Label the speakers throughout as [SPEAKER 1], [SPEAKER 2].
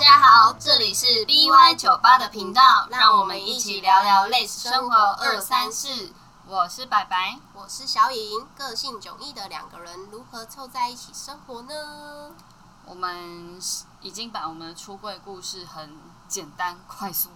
[SPEAKER 1] 家好，这里是 BY 九八的频道，让我们一起聊聊类似生活二三事。我是白白，
[SPEAKER 2] 我是小颖，个性迥异的两个人如何凑在一起生活呢？
[SPEAKER 1] 我们已经把我们的出柜故事很简单快速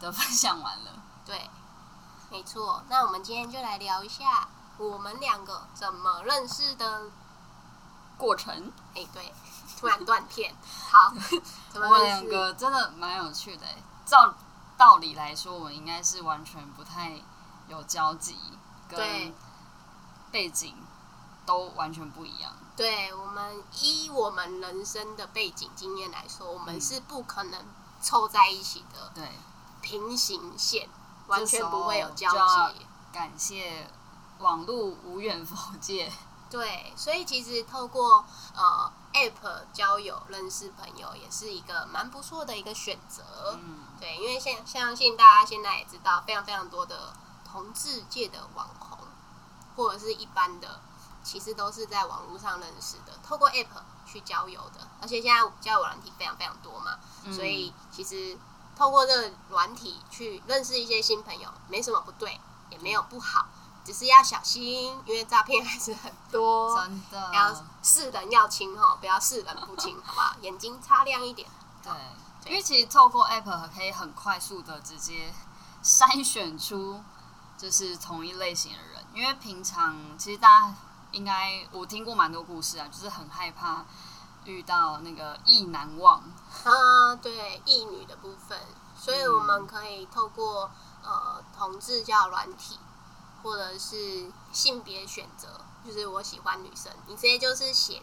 [SPEAKER 1] 的分享完了。
[SPEAKER 2] 对，没错。那我们今天就来聊一下我们两个怎么认识的。
[SPEAKER 1] 过程，
[SPEAKER 2] 哎，对，突然断片。 好，怎
[SPEAKER 1] 我
[SPEAKER 2] 么
[SPEAKER 1] 们
[SPEAKER 2] 认
[SPEAKER 1] 两
[SPEAKER 2] 识？
[SPEAKER 1] 个真的蛮有趣的欸。照道理来说，我们应该是完全不太有交集，跟
[SPEAKER 2] 对
[SPEAKER 1] 背景都完全不一样。
[SPEAKER 2] 对我们依我们人生的背景经验来说，我们
[SPEAKER 1] 嗯
[SPEAKER 2] 是不可能凑在一起的，
[SPEAKER 1] 对，
[SPEAKER 2] 平行线完全不会有交
[SPEAKER 1] 这时候就
[SPEAKER 2] 集。
[SPEAKER 1] 感谢网络无远佛界。
[SPEAKER 2] 对，所以其实透过呃 App 交友认识朋友，也是一个蛮不错的一个选择。
[SPEAKER 1] 嗯，
[SPEAKER 2] 对，因为现相信大家现在也知道，非常非常多的同志界的网红，或者是一般的，其实都是在网络上认识的，透过 App 去交友的。而且现在交友软体非常非常多嘛，所以其实透过这个软体去认识一些新朋友，没什么不对，也没有不好，只是要小心，因为诈骗还是很多。
[SPEAKER 1] 真的
[SPEAKER 2] 要是人要轻哈，不要是人不轻，好不好？眼睛擦亮一点。
[SPEAKER 1] 对，因为其实透过 App 可以很快速的直接筛选出就是同一类型的人，因为平常其实大家应该我听过蛮多故事啊，就是很害怕遇到那个意难忘，
[SPEAKER 2] 啊，对，异女的部分，所以我们可以透过呃同志叫软体，或者是性别选择，就是我喜欢女生，你直接就是写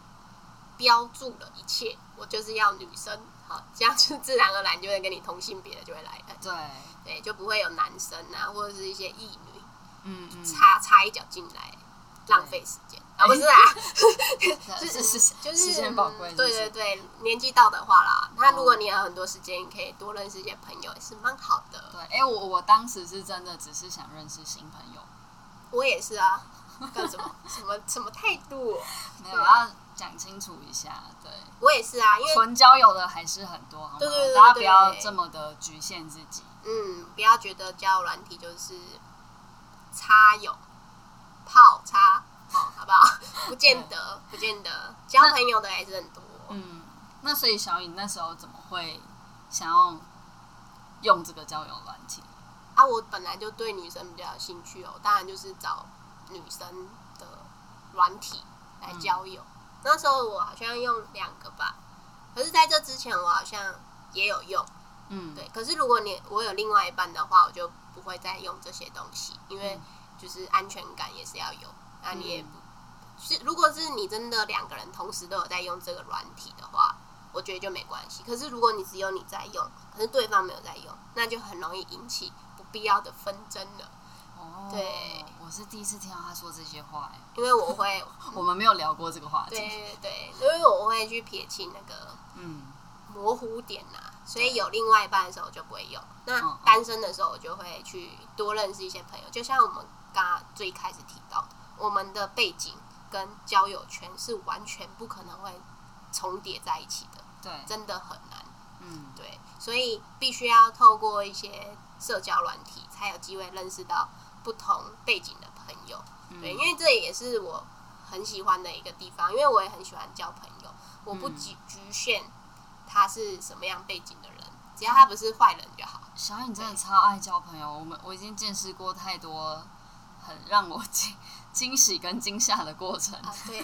[SPEAKER 2] 标注了一切，我就是要女生，好，这样就自然而然就会跟你同性别的就会来了，
[SPEAKER 1] 对，
[SPEAKER 2] 对，就不会有男生啊，或者是一些异女
[SPEAKER 1] 嗯嗯，
[SPEAKER 2] 插插一脚进来，浪费时间啊，不是啊，
[SPEAKER 1] 对
[SPEAKER 2] 就是
[SPEAKER 1] 是
[SPEAKER 2] 就是
[SPEAKER 1] 时间宝贵，
[SPEAKER 2] 嗯对
[SPEAKER 1] 是
[SPEAKER 2] 对
[SPEAKER 1] 不
[SPEAKER 2] 对，年纪到的话啦，那
[SPEAKER 1] 哦
[SPEAKER 2] 如果你有很多时间，你可以多认识一些朋友，也是蛮好的。
[SPEAKER 1] 是对，哎，我我当时是真的只是想认识新朋友，
[SPEAKER 2] 我也是啊，干什 么什么什么态度？
[SPEAKER 1] 没有
[SPEAKER 2] 对
[SPEAKER 1] 要讲清楚一下，对。
[SPEAKER 2] 我也是啊，因为
[SPEAKER 1] 纯交友的还是很多，好吗？
[SPEAKER 2] 对对对
[SPEAKER 1] 大家不
[SPEAKER 2] 对
[SPEAKER 1] 要这么的局限自己。
[SPEAKER 2] 嗯，不要觉得交友软体就是插友、泡插，哦，好不好？不见得，不见得，交朋友的还是很多。
[SPEAKER 1] 嗯，那所以小颖那时候怎么会想要用这个交友软体？
[SPEAKER 2] 啊，我本来就对女生比较有兴趣哦，当然就是找女生的软体来交友。那时候我好像用两个吧，可是在这之前我好像也有用。
[SPEAKER 1] 嗯，
[SPEAKER 2] 对，可是如果你我有另外一半的话，我就不会再用这些东西，因为
[SPEAKER 1] 嗯
[SPEAKER 2] 就是安全感也是要有。那你也
[SPEAKER 1] 嗯
[SPEAKER 2] 不、是，如果是你真的两个人同时都有在用这个软体的话，我觉得就没关系。可是如果你只有你在用，可是对方没有在用，那就很容易引起不必要的纷争了。
[SPEAKER 1] 哦
[SPEAKER 2] 对，
[SPEAKER 1] 我是第一次听到他说这些话、 哎，
[SPEAKER 2] 因为我会，
[SPEAKER 1] 我们没有聊过这个话
[SPEAKER 2] 对
[SPEAKER 1] 题。
[SPEAKER 2] 对对，因为我会去撇清那个
[SPEAKER 1] 嗯，
[SPEAKER 2] 模糊点呐、所以有另外一半的时候我就不会用。那
[SPEAKER 1] 嗯
[SPEAKER 2] 单身的时候，我就会去多认识一些朋友。就像我们刚刚最开始提到的，我们的背景跟交友圈是完全不可能会重叠在一起的，
[SPEAKER 1] 对，
[SPEAKER 2] 真的很难。
[SPEAKER 1] 嗯，
[SPEAKER 2] 对，所以必须要透过一些社交软体，才有机会认识到不同背景的朋友。
[SPEAKER 1] 嗯
[SPEAKER 2] 对，因为这也是我很喜欢的一个地方，因为我也很喜欢交朋友，我不
[SPEAKER 1] 嗯
[SPEAKER 2] 局局限他是什么样背景的人，只要他不是坏人就好。
[SPEAKER 1] 小颖真的超爱交朋友，我们我已经见识过太多很让我惊惊喜跟惊吓的过程。
[SPEAKER 2] 啊， 对，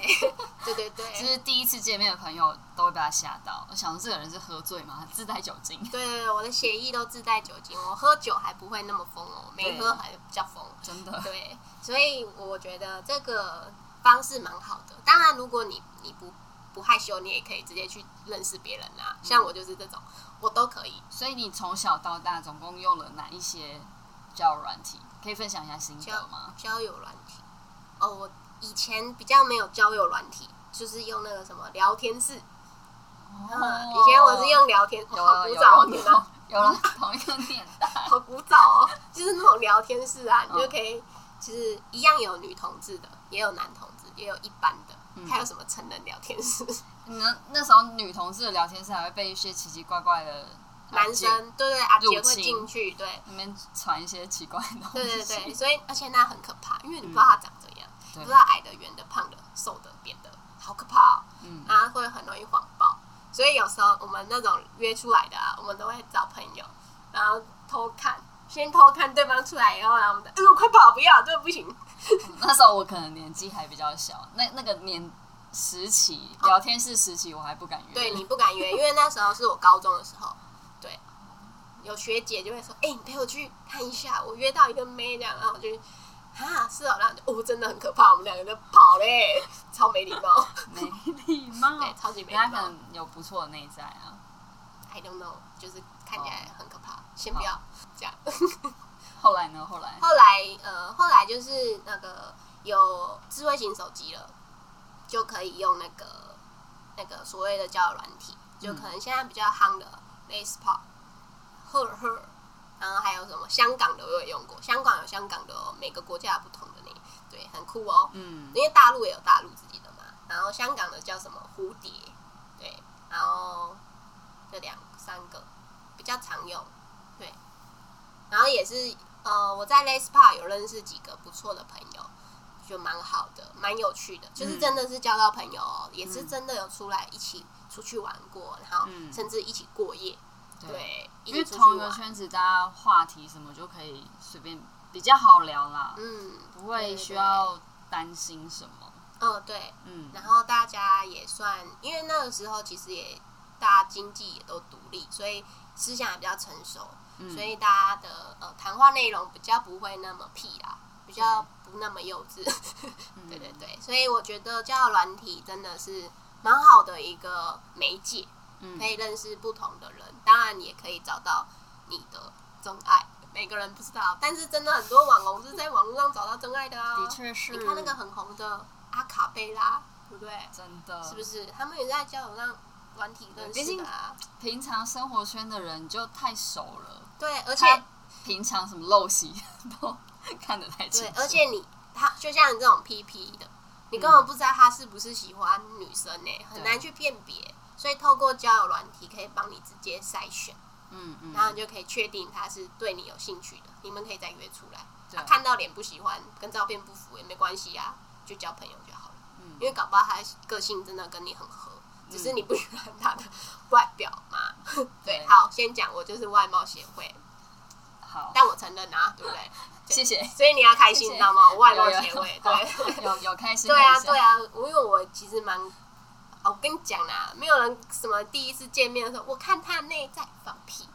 [SPEAKER 2] 对对
[SPEAKER 1] 就
[SPEAKER 2] 对，
[SPEAKER 1] 是第一次见面的朋友都会被他吓到，我想说这个人是喝醉吗？自带酒精。
[SPEAKER 2] 对，我的血液都自带酒精，我喝酒还不会那么疯哦，没
[SPEAKER 1] 对
[SPEAKER 2] 喝还比较疯。
[SPEAKER 1] 真的，
[SPEAKER 2] 对，所以我觉得这个方式蛮好的。当然，如果你你不不害羞，你也可以直接去认识别人
[SPEAKER 1] 嗯
[SPEAKER 2] 啊。像我就是这种，我都可以。
[SPEAKER 1] 所以你从小到大总共用了哪一些交友软体？可以分享一下心
[SPEAKER 2] 交
[SPEAKER 1] 得吗？
[SPEAKER 2] 交友软体，哦，我以前比较没有交友软体，就是用那个什么聊天室。嗯，以前我是用聊天，
[SPEAKER 1] 哦有
[SPEAKER 2] 好
[SPEAKER 1] 了
[SPEAKER 2] 古
[SPEAKER 1] 有
[SPEAKER 2] 早
[SPEAKER 1] 了
[SPEAKER 2] 哦你
[SPEAKER 1] 有
[SPEAKER 2] 知道
[SPEAKER 1] 了，有了 同一个年代，
[SPEAKER 2] 好古早哦，就是那种聊天室啊，你
[SPEAKER 1] 嗯
[SPEAKER 2] 就可以，就是一样有女同志的，也有男同志，也有一般的。
[SPEAKER 1] 嗯
[SPEAKER 2] 还有什么成人聊天室？
[SPEAKER 1] 你那那时候女同事的聊天室还会被一些奇奇怪怪的
[SPEAKER 2] 男生对对，阿杰
[SPEAKER 1] 啊入
[SPEAKER 2] 会
[SPEAKER 1] 侵
[SPEAKER 2] 进去，对
[SPEAKER 1] 那边传一些奇怪的东西。
[SPEAKER 2] 对对对，所以而且那很可怕，因为你不知道
[SPEAKER 1] 嗯
[SPEAKER 2] 他长怎样，
[SPEAKER 1] 对
[SPEAKER 2] 不知道矮的、圆的、胖的、瘦的、扁的，好可怕哦。
[SPEAKER 1] 嗯
[SPEAKER 2] 然后会很容易谎报，所以有时候我们那种约出来的啊，我们都会找朋友，然后偷看，先偷看对方出来以后，然后我们的，哎呦快跑，不要，这个不行，
[SPEAKER 1] 那时候我可能年纪还比较小，那那个年时期聊天室时期我还不敢约。
[SPEAKER 2] 哦对你不敢约，因为那时候是我高中的时候，对，有学姐就会说：“哎、你陪我去看一下，我约到一个妹这样。”然后我就啊，是哦，然后就哦，真的很可怕，我们两个就跑嘞，超没礼 貌，
[SPEAKER 1] 没礼貌，
[SPEAKER 2] 对，超级没礼
[SPEAKER 1] 人家可
[SPEAKER 2] 貌。
[SPEAKER 1] 能有不错的内在啊。
[SPEAKER 2] I don't know，就是看
[SPEAKER 1] 哦
[SPEAKER 2] 起来很可怕，先不要这样。
[SPEAKER 1] 后来呢？后来
[SPEAKER 2] 后来呃，后来就是那个有智慧型手机了，就可以用那个那个所谓的交友软体，就可能现在比较夯的 Facebook、赫尔赫尔，然后还有什么香港的我有用过，香港有香港的、哦，每个国家有不同的呢，对，很酷哦。
[SPEAKER 1] 嗯，
[SPEAKER 2] 因为大陆也有大陆自己的嘛，然后香港的叫什么蝴蝶，对，然后这两三个比较常用，对，然后也是呃，我在 Les Spa 有认识几个不错的朋友，就蛮好的，蛮有趣的，
[SPEAKER 1] 嗯
[SPEAKER 2] 就是真的是交到朋友、哦，也是真的有出来一起出去玩过，然后
[SPEAKER 1] 嗯
[SPEAKER 2] 甚至一起过夜，对，一
[SPEAKER 1] 因为
[SPEAKER 2] 起出
[SPEAKER 1] 同
[SPEAKER 2] 去
[SPEAKER 1] 一个
[SPEAKER 2] 玩，
[SPEAKER 1] 圈子，大家话题什么就可以随便比较好聊啦，
[SPEAKER 2] 嗯，
[SPEAKER 1] 不会需要担心什么。
[SPEAKER 2] 嗯，对，
[SPEAKER 1] 嗯
[SPEAKER 2] 然后大家也算，因为那个时候其实也大家经济也都独立，所以思想也比较成熟，
[SPEAKER 1] 嗯，
[SPEAKER 2] 所以大家的呃谈话内容比较不会那么屁啦，比较不那么幼稚。
[SPEAKER 1] 嗯
[SPEAKER 2] 对对对，所以我觉得交友软体真的是蛮好的一个媒介，
[SPEAKER 1] 嗯
[SPEAKER 2] 可以认识不同的人，当然也可以找到你的真爱。每个人不知道，但是真的很多网红是在网络上找到真爱的啊。
[SPEAKER 1] 的确是，
[SPEAKER 2] 你看那个很红的阿卡贝拉，对不对？
[SPEAKER 1] 真的，
[SPEAKER 2] 是不是？他们也在交友上软体认
[SPEAKER 1] 毕
[SPEAKER 2] 识
[SPEAKER 1] 竟
[SPEAKER 2] 的啊。
[SPEAKER 1] 平常生活圈的人就太熟了，
[SPEAKER 2] 对，而
[SPEAKER 1] 而
[SPEAKER 2] 且
[SPEAKER 1] 平常什么陋习 都看得太
[SPEAKER 2] 对
[SPEAKER 1] 清，楚，
[SPEAKER 2] 而且你他就像你这种 PP 的，你根本不知道他是不是喜欢女生呢、很
[SPEAKER 1] 嗯对
[SPEAKER 2] 难去辨别。所以透过交友软体可以帮你直接筛选，
[SPEAKER 1] 嗯嗯，
[SPEAKER 2] 然后你就可以确定他是对你有兴趣的，你们可以再约出来。
[SPEAKER 1] 对
[SPEAKER 2] 啊看到脸不喜欢，跟照片不符也没关系啊，就交朋友就好了。
[SPEAKER 1] 嗯
[SPEAKER 2] 因为搞不好他个性真的跟你很合，只是你不喜欢他的外表嘛。 对，
[SPEAKER 1] 对
[SPEAKER 2] 好，先讲我就是外貌协会，
[SPEAKER 1] 好，
[SPEAKER 2] 但我承认啊，对不对？
[SPEAKER 1] 谢谢，
[SPEAKER 2] 所以你要开
[SPEAKER 1] 谢
[SPEAKER 2] 心，
[SPEAKER 1] 谢
[SPEAKER 2] 知道吗？我外貌
[SPEAKER 1] 有有
[SPEAKER 2] 协会，
[SPEAKER 1] 好
[SPEAKER 2] 对，
[SPEAKER 1] 有有开心了
[SPEAKER 2] 对
[SPEAKER 1] 一
[SPEAKER 2] 啊，
[SPEAKER 1] 下，
[SPEAKER 2] 对啊，因为我其实蛮。哦我跟你讲啦，没有人什么第一次见面的时候，我看他内在放屁，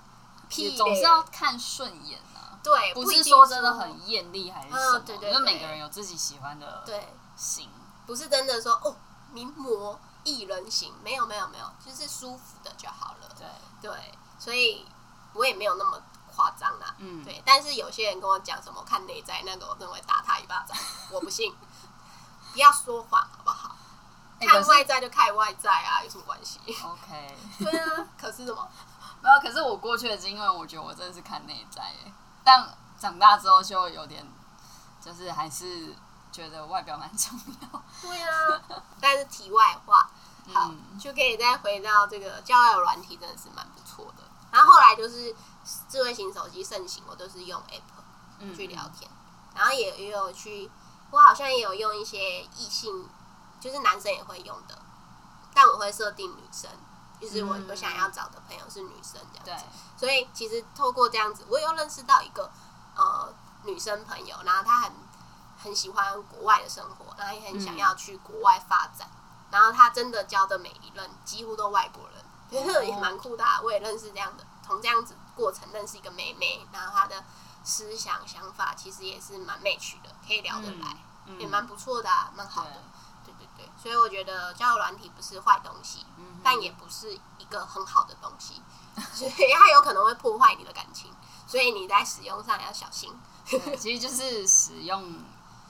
[SPEAKER 2] 屁
[SPEAKER 1] 也总是
[SPEAKER 2] 嘞
[SPEAKER 1] 要看顺眼啊，
[SPEAKER 2] 对，
[SPEAKER 1] 不是
[SPEAKER 2] 一定
[SPEAKER 1] 说真的很艳丽还是什么，
[SPEAKER 2] 嗯对对
[SPEAKER 1] 因为
[SPEAKER 2] 对
[SPEAKER 1] 每个人有自己喜欢的
[SPEAKER 2] 对，
[SPEAKER 1] 型，
[SPEAKER 2] 不是真的说哦名模艺人型，没有没有没有，就是舒服的就好了。
[SPEAKER 1] 对，
[SPEAKER 2] 对，所以我也没有那么夸张啊啦。
[SPEAKER 1] 嗯
[SPEAKER 2] 对，但是有些人跟我讲什么看内在那个，我真的会打他一 巴掌，我不信。不要说谎好不好？
[SPEAKER 1] 哎
[SPEAKER 2] 看
[SPEAKER 1] 可
[SPEAKER 2] 外
[SPEAKER 1] 是
[SPEAKER 2] 在就看外在啊，有什么关系？
[SPEAKER 1] OK，
[SPEAKER 2] 对啊， 可是什么？
[SPEAKER 1] 没有，可是我过去的经验，我觉得我真的是看内在耶，但长大之后就有点，就是还是觉得外表蛮 重要，
[SPEAKER 2] 对啊， 但是题外话，好，
[SPEAKER 1] 嗯
[SPEAKER 2] 就可以再回到这个交友软体，真的是蛮不错的。然后后来就是智慧型手机盛行，我都是用 app
[SPEAKER 1] 嗯
[SPEAKER 2] 去聊天，然后也也有去，我好像也有用一些异性，就是男生也会用的，但我会设定女生，就是我、
[SPEAKER 1] 嗯
[SPEAKER 2] 我想要找的朋友是女生这样
[SPEAKER 1] 对，
[SPEAKER 2] 所以其实透过这样子，我又认识到一个呃女生朋友，然后她很很喜欢国外的生活，然后也很想要去国外发展，然后她真的交的每一任几乎都外国人， 觉得也蛮酷的、啊。我也认识这样的，从这样子过程认识一个妹妹，然后她的思想想法其实也是蛮 match 的，可以聊得来，
[SPEAKER 1] 嗯
[SPEAKER 2] 也蛮不错的、啊，蛮好
[SPEAKER 1] 对
[SPEAKER 2] 的。对对对，所以我觉得交友软体不是坏东西，
[SPEAKER 1] 嗯哼
[SPEAKER 2] 但也不是一个很好的东西， 所以它有可能会破坏你的感情，所以你在使用上要小心。
[SPEAKER 1] 对，其实就是使用，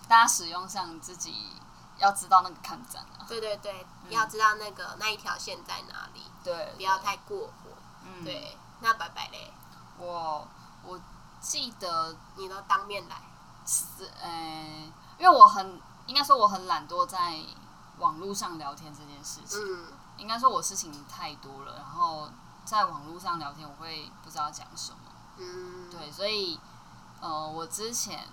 [SPEAKER 1] 大家使用上自己要知道那个看展啊，
[SPEAKER 2] 对对对，要知道那个那一条线在哪里，
[SPEAKER 1] 对，
[SPEAKER 2] 不要太过火。
[SPEAKER 1] 嗯，
[SPEAKER 2] 对，那拜拜嘞，
[SPEAKER 1] 我我记得
[SPEAKER 2] 你都当面来。
[SPEAKER 1] 是，呃，因为我很应该说我很懒惰在网络上聊天这件事情。
[SPEAKER 2] 嗯，
[SPEAKER 1] 应该说我事情太多了，然后在网络上聊天，我会不知道讲什么。
[SPEAKER 2] 嗯，
[SPEAKER 1] 对，所以呃，我之前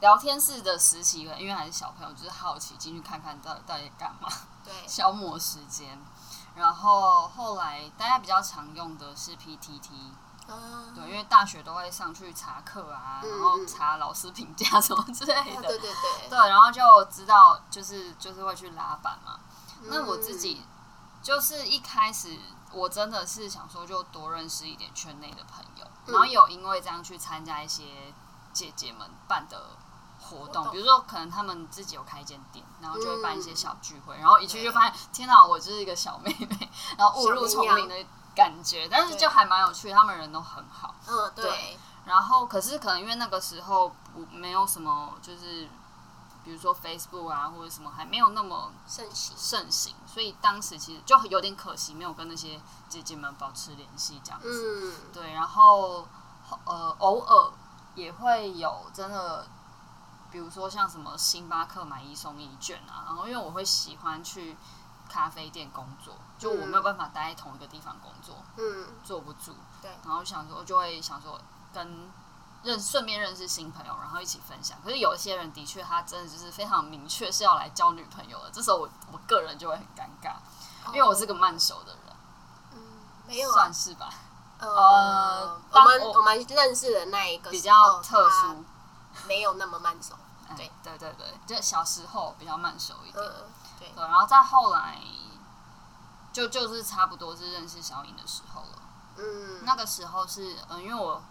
[SPEAKER 1] 聊天室的时期，因为还是小朋友，就是好奇进去看看到底到底在干嘛，
[SPEAKER 2] 对，
[SPEAKER 1] 消磨时间。然后后来大家比较常用的是 PTT，
[SPEAKER 2] 啊，
[SPEAKER 1] 对，因为大学都会上去查课啊，
[SPEAKER 2] 嗯
[SPEAKER 1] 然后查老师评价什么之类
[SPEAKER 2] 啊
[SPEAKER 1] 的
[SPEAKER 2] 对对，对，
[SPEAKER 1] 对，然后就知道就是就是会去拉板嘛。
[SPEAKER 2] 嗯
[SPEAKER 1] 那我自己就是一开始我真的是想说，就多认识一点圈内的朋友，
[SPEAKER 2] 嗯
[SPEAKER 1] 然后有因为这样去参加一些姐姐们办的活
[SPEAKER 2] 活
[SPEAKER 1] 动，
[SPEAKER 2] 动
[SPEAKER 1] 比如说可能他们自己有开一间店，然后就会办一些
[SPEAKER 2] 嗯
[SPEAKER 1] 小聚会，然后一去就发现，天哪，我就是一个小妹妹，然后误入丛林的感觉，但是就还蛮有趣，他们人都很好。
[SPEAKER 2] 嗯，嗯，对
[SPEAKER 1] 对，然后可是可能因为那个时候不没有什么就是。比如说 Facebook 啊，或者什么还没有那么
[SPEAKER 2] 盛行，
[SPEAKER 1] 盛行，所以当时其实就有点可惜，没有跟那些姐姐们保持联系这样子。
[SPEAKER 2] 嗯，
[SPEAKER 1] 对，然后呃，偶尔也会有真的，比如说像什么星巴克买一送一券啊，然后因为我会喜欢去咖啡店工作，就我没有办法待在同一个地方工作，
[SPEAKER 2] 嗯，
[SPEAKER 1] 坐不住。
[SPEAKER 2] 对
[SPEAKER 1] 然后想说就会想说跟认顺便认识新朋友，然后一起分享。可是有一些人的确他真的就是非常明确是要来交女朋友的，这时候我我个人就会很尴尬，因
[SPEAKER 2] 哦
[SPEAKER 1] 为我是个慢熟的人，
[SPEAKER 2] 嗯没有啊
[SPEAKER 1] 算，是吧，
[SPEAKER 2] 呃，我
[SPEAKER 1] 当
[SPEAKER 2] 们
[SPEAKER 1] 我
[SPEAKER 2] 我们认识的那一个
[SPEAKER 1] 比
[SPEAKER 2] 时候
[SPEAKER 1] 较特，殊。
[SPEAKER 2] 他没有那么慢 熟，
[SPEAKER 1] 嗯
[SPEAKER 2] 对
[SPEAKER 1] 对对对，就小时候比较慢熟一点。
[SPEAKER 2] 嗯，对，
[SPEAKER 1] 对，然后再后来。就就是差不多是认识小颖的时候了。
[SPEAKER 2] 嗯，
[SPEAKER 1] 那个时候是，嗯、因为我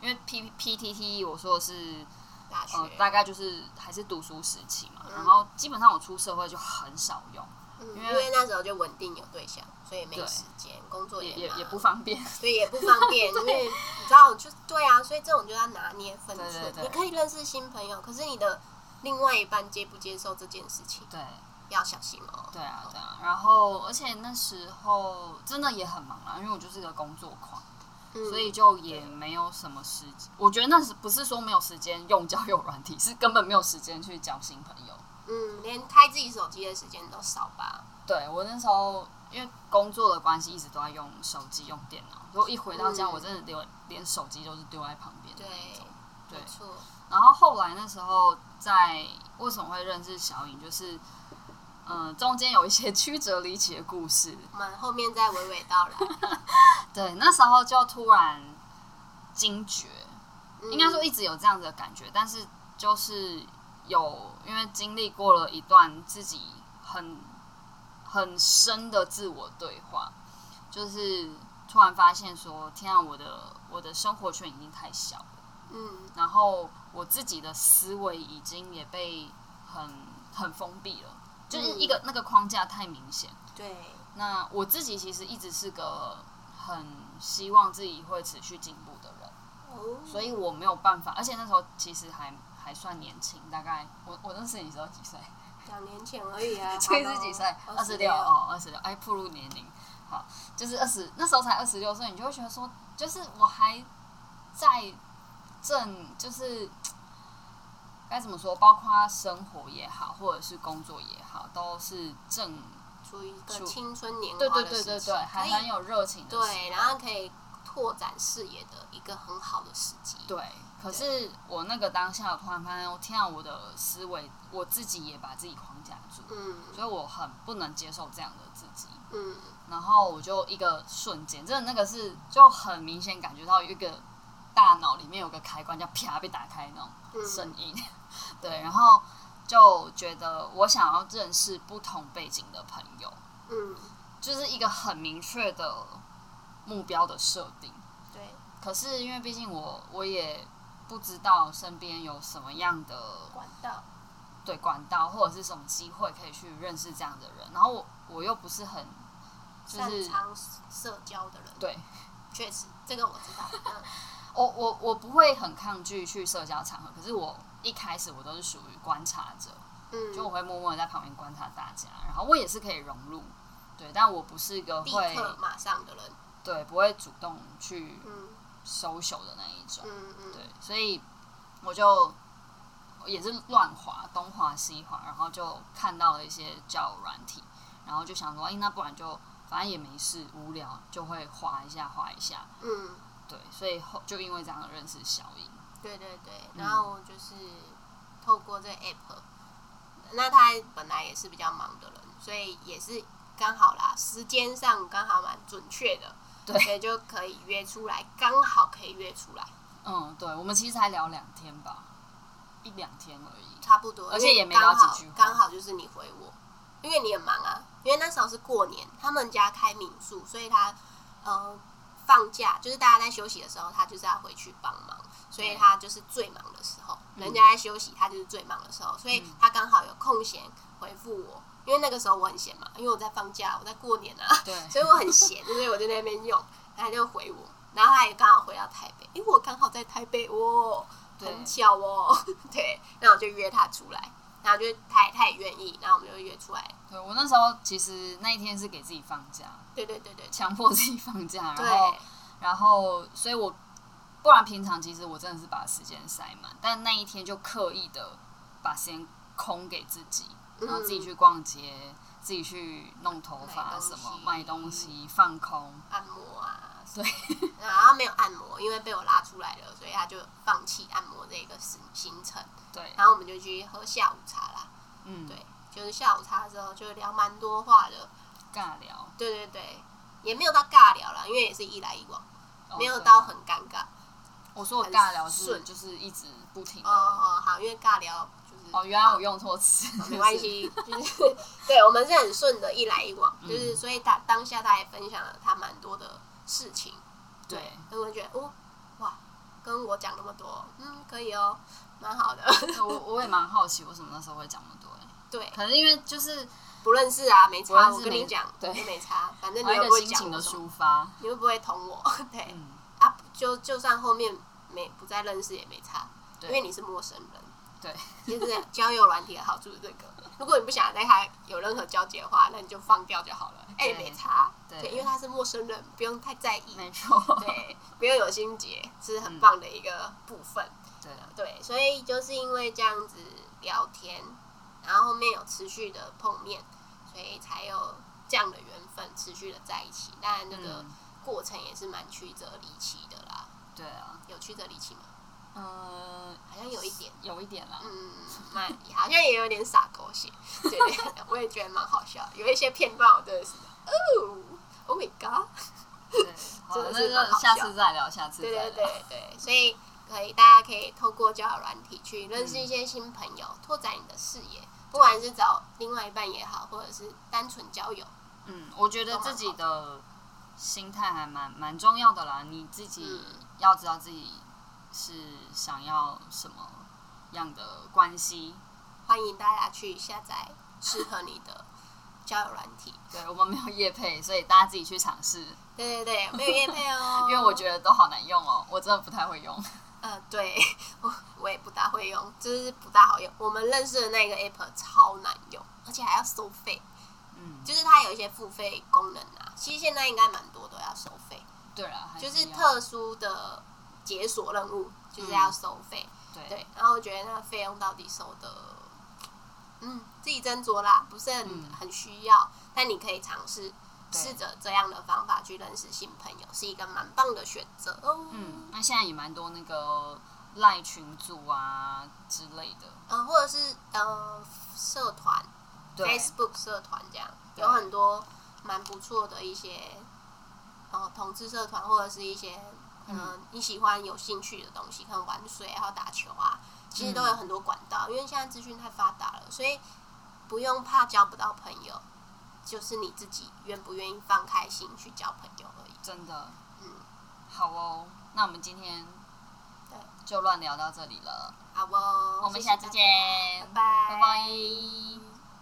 [SPEAKER 1] 因为 P P T T 我说的是
[SPEAKER 2] 大学
[SPEAKER 1] 呃，大概就是还是读书时期嘛，
[SPEAKER 2] 嗯
[SPEAKER 1] 然后基本上我出社会就很少用，
[SPEAKER 2] 嗯
[SPEAKER 1] 因
[SPEAKER 2] 因
[SPEAKER 1] 为
[SPEAKER 2] 为那时候就稳定有对象，所以没
[SPEAKER 1] 对
[SPEAKER 2] 时间，工作
[SPEAKER 1] 也
[SPEAKER 2] 也
[SPEAKER 1] 也
[SPEAKER 2] 忙
[SPEAKER 1] 也不方便。
[SPEAKER 2] 所以也不方便，因为你知道，就对啊，所以这种就要拿捏分寸。
[SPEAKER 1] 对对对
[SPEAKER 2] 你可以认识新朋友，可是你的另外一半接不接受这件事情，
[SPEAKER 1] 对
[SPEAKER 2] 要小心哦。
[SPEAKER 1] 对啊对啊，然后而且那时候真的也很忙啦，啊因为我就是个工作狂，
[SPEAKER 2] 嗯
[SPEAKER 1] 所以就也没有什么时间。我觉得那是不是说没有时间用交友软体，是根本没有时间去交新朋友。
[SPEAKER 2] 嗯，连开自己手机的时间都少吧。
[SPEAKER 1] 对我那时候因为工作的关系，一直都在用手机用电脑，如果一回到家，
[SPEAKER 2] 嗯
[SPEAKER 1] 我真的连连手机都是丢在旁边的
[SPEAKER 2] 对
[SPEAKER 1] 那种。，对
[SPEAKER 2] 没错，
[SPEAKER 1] 然后后来那时候在为什么会认识小颖，就是嗯、呃中间有一些曲折离奇的故事。
[SPEAKER 2] 我们后面再娓娓道来。
[SPEAKER 1] 对，那时候就突然惊觉，
[SPEAKER 2] 嗯
[SPEAKER 1] 应该说一直有这样子的感觉，但是就是有因为经历过了一段自己很很深的自我对话，就是突然发现说，天啊，我的我的生活圈已经太小了。
[SPEAKER 2] 嗯
[SPEAKER 1] 然后我自己的思维已经也被很很封闭了，就是一个、那个框架太明显。
[SPEAKER 2] 对，
[SPEAKER 1] 那我自己其实一直是个很希望自己会持续进步的人，
[SPEAKER 2] 哦，
[SPEAKER 1] 所以我没有办法。而且那时候其实还还算年轻，大概我我认识你的时候几岁？
[SPEAKER 2] 两年前而已 啊，
[SPEAKER 1] 所以是几岁？二十六
[SPEAKER 2] 哦，
[SPEAKER 1] 哦，二十六，哎，步入年龄，好，就是二十，那时候才二十六岁，你就会觉得说，就是我还在正，就是该怎么说，包括生活也好，或者是工作也好，都是正，
[SPEAKER 2] 处于一个
[SPEAKER 1] 处
[SPEAKER 2] 青春年
[SPEAKER 1] 对
[SPEAKER 2] 华
[SPEAKER 1] 对
[SPEAKER 2] 的
[SPEAKER 1] 对
[SPEAKER 2] 时
[SPEAKER 1] 对
[SPEAKER 2] 期
[SPEAKER 1] 对，还
[SPEAKER 2] 可以
[SPEAKER 1] 很有热情的时候，
[SPEAKER 2] 对，然后可以拓展视野的一个很好的时机。
[SPEAKER 1] 对。可是我那个当下，我突然发现，我天啊，我的思维，我自己也把自己框架住，
[SPEAKER 2] 嗯
[SPEAKER 1] 所以我很不能接受这样的自己。
[SPEAKER 2] 嗯，
[SPEAKER 1] 然后我就一个瞬间，真的那个是就很明显感觉到有一个大脑里面有个开关叫啪被打开那种
[SPEAKER 2] 嗯
[SPEAKER 1] 声音， 对，然后就觉得我想要认识不同背景的朋友，
[SPEAKER 2] 嗯，
[SPEAKER 1] 就是一个很明确的目标的设定。
[SPEAKER 2] 对，
[SPEAKER 1] 可是因为毕竟我我也不知道身边有什么样的
[SPEAKER 2] 管道，
[SPEAKER 1] 对管道或者是什么机会可以去认识这样的人，然后我我又不是很就是
[SPEAKER 2] 擅长社交的人，
[SPEAKER 1] 对。
[SPEAKER 2] 确实这个我知道。嗯
[SPEAKER 1] 我我我不会很抗拒去社交场合，可是我一开始我都是属于观察者，
[SPEAKER 2] 嗯，
[SPEAKER 1] 就我会默默的在旁边观察大家，然后我也是可以融入，对，但我不是一个
[SPEAKER 2] 嗯立
[SPEAKER 1] 会
[SPEAKER 2] 刻马上的人，
[SPEAKER 1] 对不会主动去
[SPEAKER 2] 嗯
[SPEAKER 1] social 的那一种，
[SPEAKER 2] 嗯嗯，
[SPEAKER 1] 对，所以我就也是乱滑，东滑西滑，然后就看到了一些交友软体，然后就想说，哎、那不然就反正也没事，无聊就会滑一下滑一下，
[SPEAKER 2] 嗯，
[SPEAKER 1] 对，所以后就因为这样认识小英，
[SPEAKER 2] 对对对，然后就是透过这个 app，那他本来也是比较忙的人，所以也是刚好啦，时间上刚好蛮准确的，
[SPEAKER 1] 对
[SPEAKER 2] 所以就可以约出来，刚好可以约出来，
[SPEAKER 1] 嗯，对，我们其实才聊两天吧，一两天而已，
[SPEAKER 2] 差不多，
[SPEAKER 1] 而且
[SPEAKER 2] 因为
[SPEAKER 1] 也没聊几
[SPEAKER 2] 刚好
[SPEAKER 1] 句话
[SPEAKER 2] 刚好就是你回我，因为你很忙啊，因为那时候是过年，他们家开民宿，所以他呃放假就是大家在休息的时候，他就是要回去帮忙，所以他就是最忙的时候，
[SPEAKER 1] 嗯
[SPEAKER 2] 人家在休息，他就是最忙的时候，所以他刚好有空闲回复我，因为那个时候我很闲嘛，因为我在放假，我在过年啊，
[SPEAKER 1] 对，
[SPEAKER 2] 所以我很闲，所以我就在那边用，然后他就回我，然后他也刚好回到台北，因为我刚好在台北哦，
[SPEAKER 1] 对
[SPEAKER 2] 很巧哦，对，然后我就约他出来，然后就他也他也愿意，然后我们就约出来，
[SPEAKER 1] 对我那时候其实那一天是给自己放假，
[SPEAKER 2] 对对对对
[SPEAKER 1] 强迫自己放假，然后
[SPEAKER 2] 对，
[SPEAKER 1] 然后，所以我不然平常其实我真的是把时间塞满，但那一天就刻意的把时间空给自己，然后自己去逛街，自己去弄头
[SPEAKER 2] 嗯买
[SPEAKER 1] 发
[SPEAKER 2] 东西
[SPEAKER 1] 什么，买东西，放空。
[SPEAKER 2] 按摩啊，
[SPEAKER 1] 对，
[SPEAKER 2] 然后他没有按摩，因为被我拉出来了，所以他就放弃按摩这个行行程，
[SPEAKER 1] 对，
[SPEAKER 2] 然后我们就去喝下午茶啦，
[SPEAKER 1] 嗯，
[SPEAKER 2] 啊对，就是下午茶的时候就聊蛮多话的，
[SPEAKER 1] 尬聊，
[SPEAKER 2] 对对对，也没有到尬聊啦，因为也是一来一往，
[SPEAKER 1] 哦
[SPEAKER 2] 没有
[SPEAKER 1] 对
[SPEAKER 2] 到很尴尬。
[SPEAKER 1] 我说我
[SPEAKER 2] 很
[SPEAKER 1] 尬聊是
[SPEAKER 2] 顺
[SPEAKER 1] 就是一直不停的。
[SPEAKER 2] 哦哦，好，因为尬聊就是、
[SPEAKER 1] 哦，原来我用错词，
[SPEAKER 2] 没关系， 就是对我们是很顺的，一来一往，
[SPEAKER 1] 嗯
[SPEAKER 2] 就是所以他当下他也分享了他蛮多的事情，
[SPEAKER 1] 对，
[SPEAKER 2] 所以我觉得哦，哇，跟我讲那么多，嗯，可以哦，蛮好的，
[SPEAKER 1] 就是。我我也蛮好奇，为什么那时候会讲那么多、欸？
[SPEAKER 2] 对，
[SPEAKER 1] 可能因为就是
[SPEAKER 2] 不认识啊，没
[SPEAKER 1] 不认
[SPEAKER 2] 差，
[SPEAKER 1] 识
[SPEAKER 2] 我跟你
[SPEAKER 1] 没
[SPEAKER 2] 讲，
[SPEAKER 1] 对哦
[SPEAKER 2] 就没差，反正你
[SPEAKER 1] 有一
[SPEAKER 2] 又
[SPEAKER 1] 个
[SPEAKER 2] 不会
[SPEAKER 1] 心情
[SPEAKER 2] 讲
[SPEAKER 1] 的
[SPEAKER 2] 我什么，
[SPEAKER 1] 抒发，
[SPEAKER 2] 你又不会捅我， 对、
[SPEAKER 1] 嗯，
[SPEAKER 2] 啊，就就算后面没不再认识也没差，因
[SPEAKER 1] 对
[SPEAKER 2] 为你是陌生人。
[SPEAKER 1] 对，
[SPEAKER 2] 就是交友软体的好处是这个。如果你不想跟他有任何交集的话，那你就放掉就好了。哎、
[SPEAKER 1] 对
[SPEAKER 2] 没差，
[SPEAKER 1] 对
[SPEAKER 2] 因为他是陌生人，不用太在意，
[SPEAKER 1] 没错，
[SPEAKER 2] 对，不用有心结，是
[SPEAKER 1] 嗯
[SPEAKER 2] 很棒的一个部分。
[SPEAKER 1] 对，啊
[SPEAKER 2] 对，所以就是因为这样子聊天，然后后面有持续的碰面，所以才有这样的缘分持续的在一起。当然，这个
[SPEAKER 1] 嗯
[SPEAKER 2] 过程也是蛮曲折离奇的啦，
[SPEAKER 1] 对啊，
[SPEAKER 2] 有曲折离奇吗？
[SPEAKER 1] 呃，
[SPEAKER 2] 好像有一点。
[SPEAKER 1] 有一点啦，
[SPEAKER 2] 嗯，蛮好像也有点洒狗血，对对，对我也觉得蛮好笑，有一些片段我真的是，哦，Oh my god，
[SPEAKER 1] 对，好，
[SPEAKER 2] 真的
[SPEAKER 1] 那
[SPEAKER 2] 是蛮
[SPEAKER 1] 就
[SPEAKER 2] 好
[SPEAKER 1] 下
[SPEAKER 2] 笑
[SPEAKER 1] 次再聊，下次再
[SPEAKER 2] 对
[SPEAKER 1] 聊。
[SPEAKER 2] 对对对，所以可以大家可以透过交友软体去认识一些新朋友，拓展你的视野，不管是找另外一半也好，或者是单纯交友，
[SPEAKER 1] 嗯，我觉得自己的心态还蛮蛮重要的啦，你自己
[SPEAKER 2] 嗯
[SPEAKER 1] 要知道自己是想要什么样的关系。
[SPEAKER 2] 欢迎大家去下载适合你的交友软体。
[SPEAKER 1] 对我们没有业配，所以大家自己去尝试，，
[SPEAKER 2] 对对对，没有夜配哦
[SPEAKER 1] 因为我觉得都好难用哦，我真的不太会用。
[SPEAKER 2] 呃，对 我我也不大会用，就是不大好用。我们认识的那个 app 超难用，而且还要收费，
[SPEAKER 1] 嗯，
[SPEAKER 2] 就是它有一些付费功能啊。其实现在应该蛮多都要收费，
[SPEAKER 1] 对啦，还
[SPEAKER 2] 就是
[SPEAKER 1] 一样
[SPEAKER 2] 特殊的解锁任务就是要收费。
[SPEAKER 1] 嗯对
[SPEAKER 2] 对，然后我觉得那个费用到底收的，嗯，自己斟酌啦，不是很、
[SPEAKER 1] 嗯
[SPEAKER 2] 很需要，但你可以尝试。
[SPEAKER 1] 对
[SPEAKER 2] 试着这样的方法去认识新朋友，是一个蛮棒的选择哦。
[SPEAKER 1] 嗯，那现在也蛮多那个赖群组啊之类的，
[SPEAKER 2] 嗯，或者是呃社团
[SPEAKER 1] 对，
[SPEAKER 2] Facebook 社团这样，
[SPEAKER 1] 对
[SPEAKER 2] 有很多蛮不错的一些呃同志社团，或者是一些嗯、呃你喜欢有兴趣的东西，可能玩水啊、还有打球啊，其
[SPEAKER 1] 嗯
[SPEAKER 2] 实都有很多管道，因为现在资讯太发达了，所以不用怕交不到朋友，就是你自己愿不愿意放开心去交朋友而已。
[SPEAKER 1] 真的，
[SPEAKER 2] 嗯，
[SPEAKER 1] 好哦，那我们今天
[SPEAKER 2] 对
[SPEAKER 1] 就乱聊到这里了，
[SPEAKER 2] 好哦，
[SPEAKER 1] 我们
[SPEAKER 2] 谢谢
[SPEAKER 1] 下次
[SPEAKER 2] 大家
[SPEAKER 1] 见
[SPEAKER 2] 拜拜
[SPEAKER 1] 拜拜